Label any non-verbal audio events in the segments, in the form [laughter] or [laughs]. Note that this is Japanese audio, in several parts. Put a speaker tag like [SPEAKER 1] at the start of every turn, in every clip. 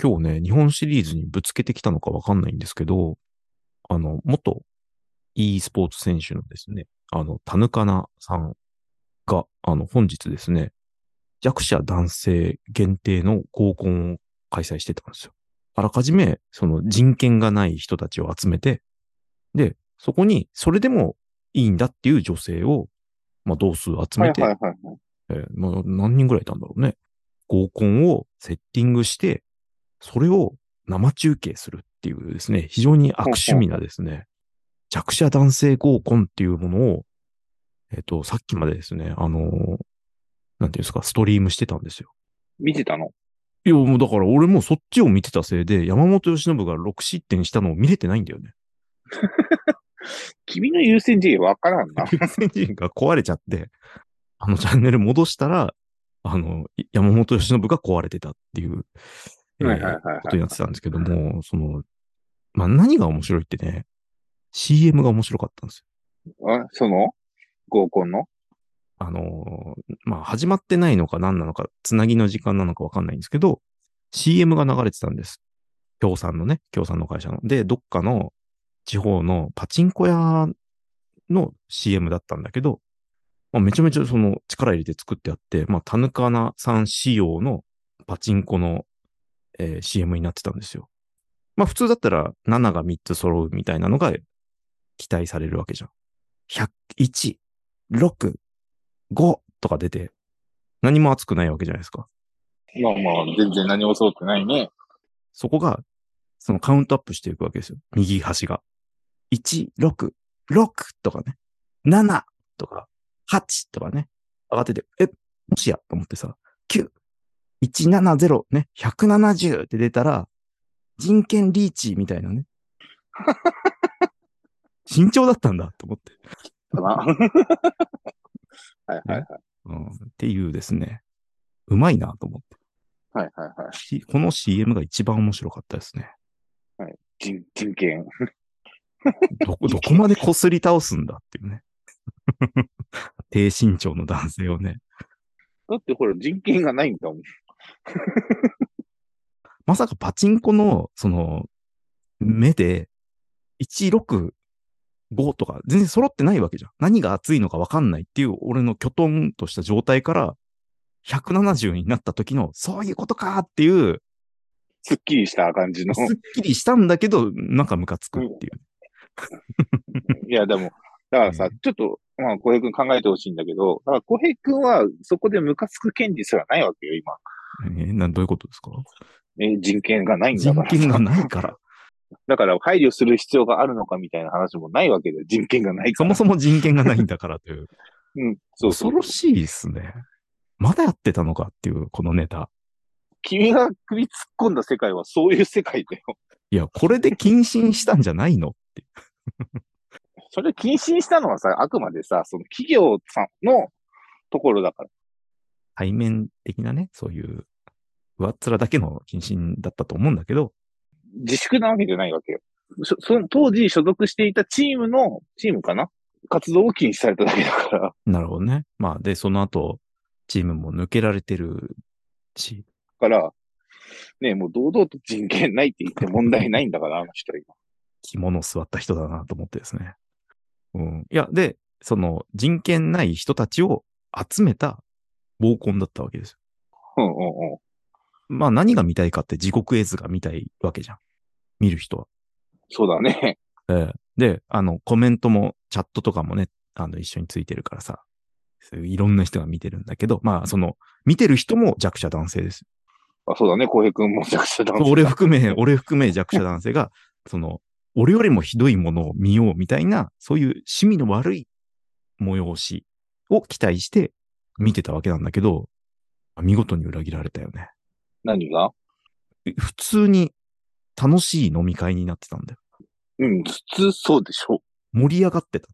[SPEAKER 1] 今日ね、日本シリーズにぶつけてきたのかわかんないんですけど、あの、元 e スポーツ選手のですね、あの、田ヌカナさんが、あの、本日ですね、弱者男性限定の合コンを開催してたんですよ。あらかじめ、その人権がない人たちを集めて、で、そこに、それでもいいんだっていう女性を、まあ、同数集
[SPEAKER 2] はい
[SPEAKER 1] めて、
[SPEAKER 2] はいはいはい。
[SPEAKER 1] えーまあ、何人ぐらいいたんだろうね。合コンをセッティングして、それを生中継するっていうですね、非常に悪趣味なですね、弱者男性合コンっていうものを、えっ、と、さっきまでですね、あのーなんていうんですか、ストリームしてたんですよ。
[SPEAKER 2] 見てたの
[SPEAKER 1] いや、もうだから俺もそっちを見てたせいで、山本由伸が6失点したのを見れてないんだよね。
[SPEAKER 2] 君の優先順位わからんな。
[SPEAKER 1] 優先順位が壊れちゃって、あのチャンネル戻したら、あの、い山本由伸が壊れてたっていう、えー
[SPEAKER 2] はいはいはいはい
[SPEAKER 1] ことになってたんですけども、その、まあ、何が面白いってね、CM が面白かったんですよ。
[SPEAKER 2] あその合コンの
[SPEAKER 1] あのー、まあ、始まってないのか何なのか、つなぎの時間なのかわかんないんですけど、CM が流れてたんです。協賛のね、協賛の会社の。で、どっかの地方のパチンコ屋の CM だったんだけど、まあ、めちゃめちゃその力入れて作ってあって、まあ、田中なさん仕様のパチンコの、えー CM になってたんですよ。まあ、普通だったら7が3つ揃うみたいなのが期待されるわけじゃん。101、6、5とか出て、何も熱くないわけじゃないですか。
[SPEAKER 2] まあまあ、全然何も揃ってない
[SPEAKER 1] [laughs]
[SPEAKER 2] ね。
[SPEAKER 1] そこが、そのカウントアップしていくわけですよ。右端が。1、6、6とかね。7とか、8とかね。上がってて、え、もしやと思ってさ、9、170ね、170って出たら、人権リーチみたいなね。慎重だったんだと思って。
[SPEAKER 2] かな。はいはいはい。
[SPEAKER 1] うん、っていうですね。うまいなと思って
[SPEAKER 2] はいはいはい。
[SPEAKER 1] しこの CM が一番面白かったですね。
[SPEAKER 2] 人、人権。
[SPEAKER 1] どこ、どこまで擦り倒すんだっていうね。 [laughs] 低身長の男性をね。
[SPEAKER 2] だってほら、人権がないんだもん。
[SPEAKER 1] まさかパチンコの、その、目で、165とか、全然揃ってないわけじゃん。何が熱いのかわかんないっていう、俺のキョトンとした状態から、170になった時の、そういうことかっていう、
[SPEAKER 2] すっきりした感じの。
[SPEAKER 1] すっきりしたんだけど、なんかムカつくっていう。
[SPEAKER 2] [laughs] いや、でも、だからさ、ちょっと、まあ、浩平君考えてほしいんだけど、だから浩平君はそこでムカつく権利すらないわけよ、今。
[SPEAKER 1] えーなどういうことですか
[SPEAKER 2] え、人権がないんだ
[SPEAKER 1] 人
[SPEAKER 2] から。
[SPEAKER 1] 権がないから。
[SPEAKER 2] だから配慮する必要があるのかみたいな話もないわけで、人権がないか
[SPEAKER 1] そ
[SPEAKER 2] ら。
[SPEAKER 1] もそも人権がないんだからという。
[SPEAKER 2] うん、そうそう
[SPEAKER 1] 恐ろしいですね。まだやってたのかっていう、このネタ。
[SPEAKER 2] 君が首突っ込んだ世界はそういう世界だよ。
[SPEAKER 1] いや、これで謹慎したんじゃないのって。
[SPEAKER 2] それ禁止したのはさ、あくまでさ、その企業さんのところだから。
[SPEAKER 1] 対面的なね、そういう、上っ面だけの謹慎だったと思うんだけど、
[SPEAKER 2] 自粛なわけじゃないわけよ。そその当時所属していたチームの、チームかな活動を禁止されただけだから。
[SPEAKER 1] なるほどね。まあ、で、その後、チームも抜けられてるし、
[SPEAKER 2] から、ねもう堂々と人権ないって言って問題ないんだから、あの人は今。
[SPEAKER 1] 着物を座った人だなと思ってですね。うん。いや、で、その人権ない人たちを集めた暴婚だったわけですよ。
[SPEAKER 2] うんうんうん。
[SPEAKER 1] まあ、何が見たいかって地獄絵図が見たいわけじゃん。見る人は。
[SPEAKER 2] そうだね。
[SPEAKER 1] ええで、あの、コメントも、チャットとかもね、あの、一緒についてるからさ、そういういろんな人が見てるんだけど、まあ、その、見てる人も弱者男性です。
[SPEAKER 2] あそうだね。浩平君もめちゃくちゃ男性
[SPEAKER 1] 俺含め、俺含め弱者男性が、その、俺よりもひどいものを見ようみたいな、そういう趣味の悪い催しを期待して見てたわけなんだけど、見事に裏切られたよね。
[SPEAKER 2] 何が
[SPEAKER 1] 普通に楽しい飲み会になってたんだよ。
[SPEAKER 2] うん、普通そうでしょ。
[SPEAKER 1] 盛り上がってた。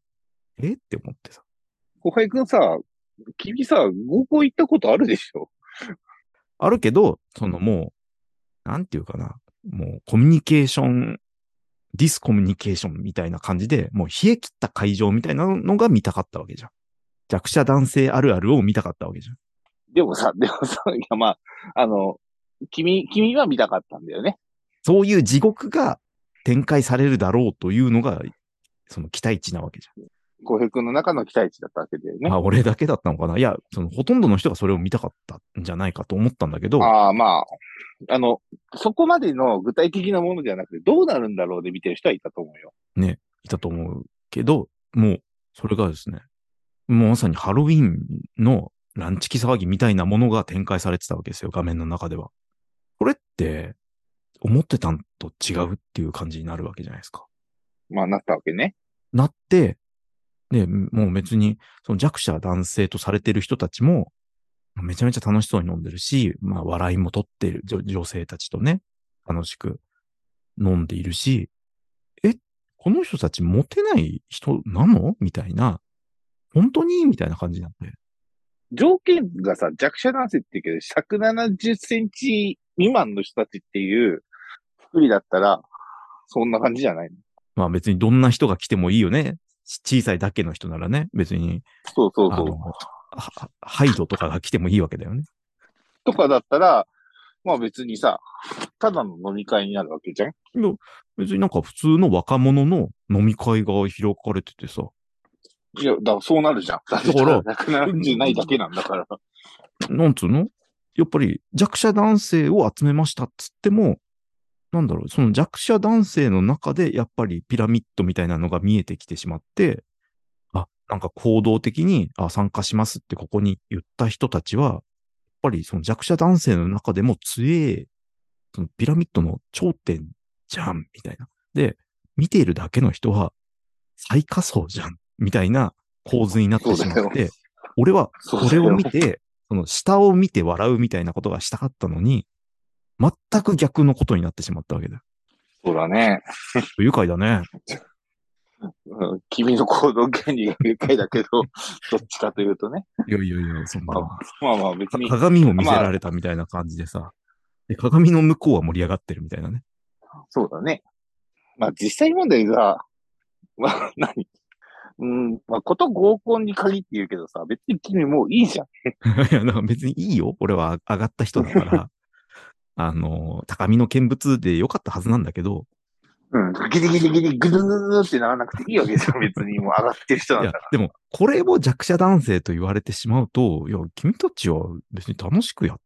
[SPEAKER 1] えって思ってさ。
[SPEAKER 2] 浩平君さ、君さ、合コン行ったことあるでしょ
[SPEAKER 1] あるけど、そのもう、なんていうかな、もうコミュニケーション、ディスコミュニケーションみたいな感じで、もう冷え切った会場みたいなのが見たかったわけじゃん。弱者男性あるあるを見たかったわけじゃん。
[SPEAKER 2] でもさ、でもさ、いやまあ、あの、君、君は見たかったんだよね。
[SPEAKER 1] そういう地獄が展開されるだろうというのが、その期待値なわけじ
[SPEAKER 2] 浩平君の中の期待値だったわけだよ
[SPEAKER 1] ゃん。
[SPEAKER 2] ね。
[SPEAKER 1] あ、俺だけだったのかないや、そのほとんどの人がそれを見たかったんじゃないかと思ったんだけど、
[SPEAKER 2] ああ、まあ、あの、そこまでの具体的なものじゃなくて、どうなるんだろうで見てる人はいたと思うよ。
[SPEAKER 1] いたと思うけど、もう、それがですね、もうまさにハロウィンのランチキ騒ぎみたいなものが展開されてたわけですよ、画面の中では。これって、思ってたんと違うっていう感じになるわけじゃないですか。
[SPEAKER 2] まあ、なったわけね。
[SPEAKER 1] なって、で、もう別に、その弱者男性とされてる人たちも、めちゃめちゃ楽しそうに飲んでるし、まあ笑いも取ってる女女性たちとね、楽しく飲んでいるし、え、この人たちモテない人なのみたいな、本当にみたいな感じになって。
[SPEAKER 2] 条件がさ、弱者男性って言うけど、170センチ未満の人たちっていうくくりだったら、そんな感じじゃないの
[SPEAKER 1] まあ別にどんな人が来てもいいよね。ち小さいだけの人ならね、別に、
[SPEAKER 2] そうそう
[SPEAKER 1] あ
[SPEAKER 2] そ
[SPEAKER 1] の、
[SPEAKER 2] う。
[SPEAKER 1] ははハイドとかが来てもいいわけだよね。
[SPEAKER 2] とかだったら、まあ別にさ、ただの飲み会になるわけじゃん
[SPEAKER 1] 別になんか普通の若者の飲み会が開かれててさ、
[SPEAKER 2] いや、だからそうなるじゃん。だ
[SPEAKER 1] から
[SPEAKER 2] ら、170ないだけなんだから。
[SPEAKER 1] なんつうのやっぱり弱者男性を集めましたっつっても、なんだろう、その弱者男性の中でやっぱりピラミッドみたいなのが見えてきてしまって、あ、なんか行動的にあ参加しますってここに言った人たちは、やっぱりその弱者男性の中でも強え、そのピラミッドの頂点じゃん、みたいな。で、見ているだけの人は最下層じゃん、みたいな構図になってしま
[SPEAKER 2] そ
[SPEAKER 1] っ
[SPEAKER 2] うだ
[SPEAKER 1] て、俺は
[SPEAKER 2] そ
[SPEAKER 1] これを見て、その下を見て笑うみたいなことがしたかったのに、全く逆のことになってしまったわけだ。
[SPEAKER 2] そうだね。
[SPEAKER 1] 愉快だね。
[SPEAKER 2] うん君の行動原理が愉快だけど、 [laughs] どっちかというとね。
[SPEAKER 1] いやいやいや、そんな。か
[SPEAKER 2] まあまあ別に。
[SPEAKER 1] 鏡を見せられたみたいな感じでさ、で鏡の向こうは盛り上がってるみたいなね。 [laughs]
[SPEAKER 2] そうだね。まあ実際問題が、まあ何うん、まあこと合コンに限って言うけどさ、別に君もういいじゃん。
[SPEAKER 1] いや、なんか別にいいよ。俺は上がった人だ [laughs] から、あの、高みの見物でよかったはずなんだけど、
[SPEAKER 2] うん、ギリギリギリ、ぐるぐるぐるってならなくていいわけじゃん。別にもう上がってる人なん
[SPEAKER 1] い
[SPEAKER 2] だ
[SPEAKER 1] や
[SPEAKER 2] から。、
[SPEAKER 1] でも、これを弱者男性と言われてしまうと、いや、君たちは別に楽しくや、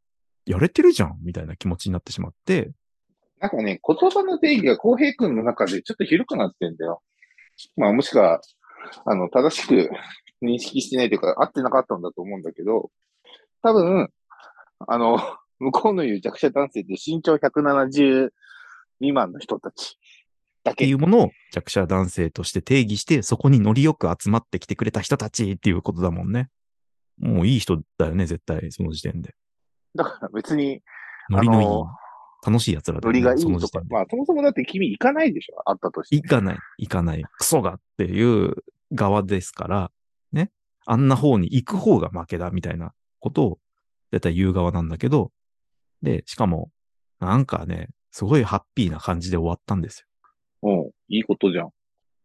[SPEAKER 1] やれてるじゃん、みたいな気持ちになってしまって、
[SPEAKER 2] なんかね、言葉の定義が浩平君の中でちょっと広くなってんだよ。まあもしくは、あの、正しく認識してないというか、合ってなかったんだと思うんだけど、多分、あの、 [laughs] 向こうの言う弱者男性って身長170未満の人たちだ
[SPEAKER 1] ってい
[SPEAKER 2] け。
[SPEAKER 1] うものを弱者男性として定義して、そこに乗りよく集まってきてくれた人たちっていうことだもんね。もういい人だよね、絶対、その時点で。
[SPEAKER 2] だから別に、
[SPEAKER 1] ノリのいい、
[SPEAKER 2] あの
[SPEAKER 1] 楽しい奴らだよ
[SPEAKER 2] ノ
[SPEAKER 1] ね、
[SPEAKER 2] リがいい
[SPEAKER 1] その
[SPEAKER 2] と
[SPEAKER 1] 時
[SPEAKER 2] か
[SPEAKER 1] 点。で。
[SPEAKER 2] まあそもそもだって君行かないでしょあったとして
[SPEAKER 1] 行。かない、行かない、クソがっていう側ですから、ね。あんな方に行く方が負けだ、みたいなことを、絶対言う側なんだけど、で、しかも、なんかね、すごいハッピーな感じで終わったんですよ。
[SPEAKER 2] うん、いいことじゃん。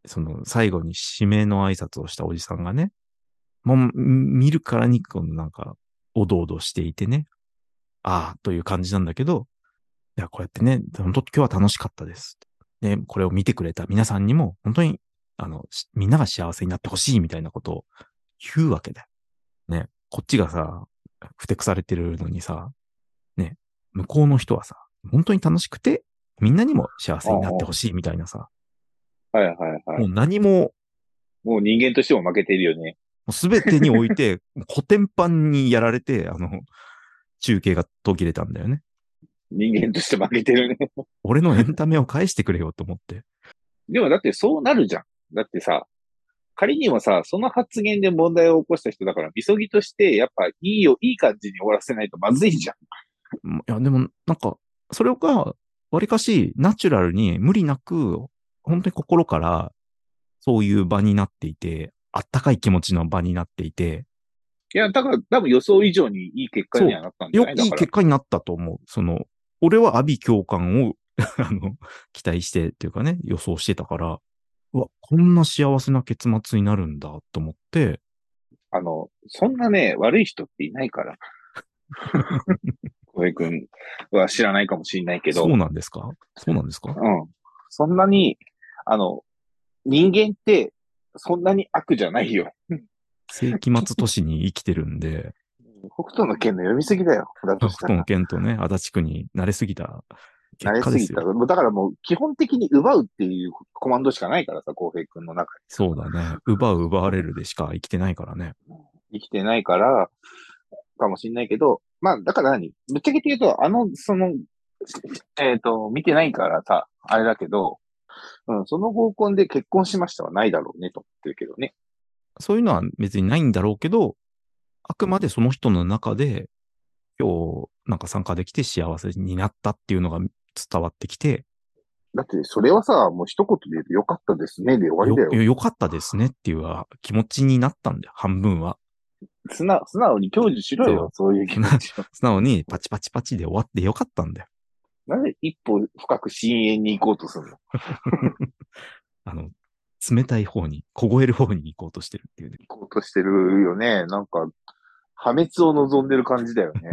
[SPEAKER 1] その最後に指名の挨拶をしたおじさんがね、もうみ見るからにこのなんか、おどおどしていてね、ああ、という感じなんだけど、いや、こうやってね、本当今日は楽しかったです。ね、これを見てくれた皆さんにも、本当に、あの、しみんなが幸せになってほしいみたいなことを言うわけだよ。ね、こっちがさ、ふてくされてるのにさ、ね、向こうの人はさ、本当に楽しくて、みんなにも幸せになってほしいみたいなさ、
[SPEAKER 2] はいはいは
[SPEAKER 1] も
[SPEAKER 2] い。
[SPEAKER 1] う何も
[SPEAKER 2] もう人間としても負けてるよね。
[SPEAKER 1] もうすべてにおいて、 [laughs] 古典版にやられて、あの、中継が途切れたんだよね。
[SPEAKER 2] 人間として負けてるね。
[SPEAKER 1] 俺のエンタメを返してくれよと思 [laughs] って。
[SPEAKER 2] でもだってそうなるじゃん。だってさ、仮にもさ、その発言で問題を起こした人だから、急ぎとして、やっぱいいよ、いい感じに終わらせないとまずいじゃん。
[SPEAKER 1] うんいや、でも、なんか、それが、わりかし、ナチュラルに無理なく、本当に心から、そういう場になっていて、あったかい気持ちの場になっていて、
[SPEAKER 2] いや、だから多分予想以上にいい結果にはなったんじゃ
[SPEAKER 1] よ
[SPEAKER 2] な
[SPEAKER 1] く
[SPEAKER 2] い
[SPEAKER 1] い
[SPEAKER 2] だ
[SPEAKER 1] い
[SPEAKER 2] から
[SPEAKER 1] 結。果になったと思う。その、俺は阿ビ教官を [laughs] あの期待してっていうかね、予想してたから、うわ、こんな幸せな結末になるんだと思って、 [laughs]
[SPEAKER 2] あの、そんなね、悪い人っていないから。浩平君は知らないかもしれないけど、
[SPEAKER 1] そうなんですかそうなんですか
[SPEAKER 2] うん。そんなに、あの、人間って、そんなに悪じゃないよ。
[SPEAKER 1] 世紀末都市に生きてるん
[SPEAKER 2] [laughs]
[SPEAKER 1] で、
[SPEAKER 2] 北斗の剣の読みすぎだよ。だと
[SPEAKER 1] 北
[SPEAKER 2] した
[SPEAKER 1] 斗の
[SPEAKER 2] ら。
[SPEAKER 1] 剣とね、足立区に慣れすぎた結
[SPEAKER 2] 慣れ
[SPEAKER 1] 果
[SPEAKER 2] す
[SPEAKER 1] で
[SPEAKER 2] ぎ
[SPEAKER 1] す
[SPEAKER 2] た。
[SPEAKER 1] よ。
[SPEAKER 2] だからもう、基本的に奪うっていうコマンドしかないからさ、浩平君の中
[SPEAKER 1] そうだね。奪う奪われるでしか生きてないからね。
[SPEAKER 2] に生きてないから、かもしれないけど、まあ、だから何ぶっちゃけて言うと、あの、その、えっ、と、見てないからさ、あれだけど、うん、その合コンで結婚しましたはないだろうね、と思ってるけどね。
[SPEAKER 1] そういうのは別にないんだろうけど、あくまでその人の中で、今日なんか参加できて幸せになったっていうのが伝わってきて、
[SPEAKER 2] だって、それはさ、もう一言で言うと、良かったですね、で終わり
[SPEAKER 1] よ
[SPEAKER 2] だよ。
[SPEAKER 1] よかったですねっていうあ気持ちになったんだよ、半分は。
[SPEAKER 2] 素直素直に享受しろよ、そういう気持ち [laughs] を。
[SPEAKER 1] 素直にパチパチパチで終わってよかったんだよ。
[SPEAKER 2] なぜ一歩深く深淵に行こうとするの
[SPEAKER 1] あの、冷たい方に、凍える方に行こうとしてるっていうね。
[SPEAKER 2] 行こうとしてるよね。なんか、破滅を望んでる感じだよね。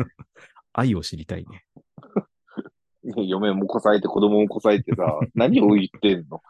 [SPEAKER 1] 愛を知りたいね。
[SPEAKER 2] ね嫁もこさえて、子供もこさえてさ、何を言ってんの